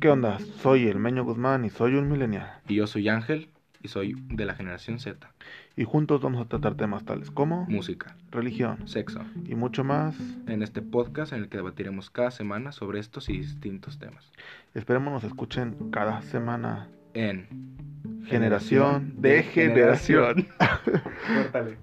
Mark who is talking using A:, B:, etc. A: ¿Qué onda? Soy el Meño Guzmán y soy un millennial.
B: Y yo soy Ángel y soy de la generación Z.
A: Y juntos vamos a tratar temas tales como
B: Música,
A: religión
B: sexo.
A: y mucho más.
B: En este podcast en el que debatiremos cada semana sobre estos y distintos temas.
A: Esperemos nos escuchen cada semana.
B: En
A: Generación de generación.
B: Córtale.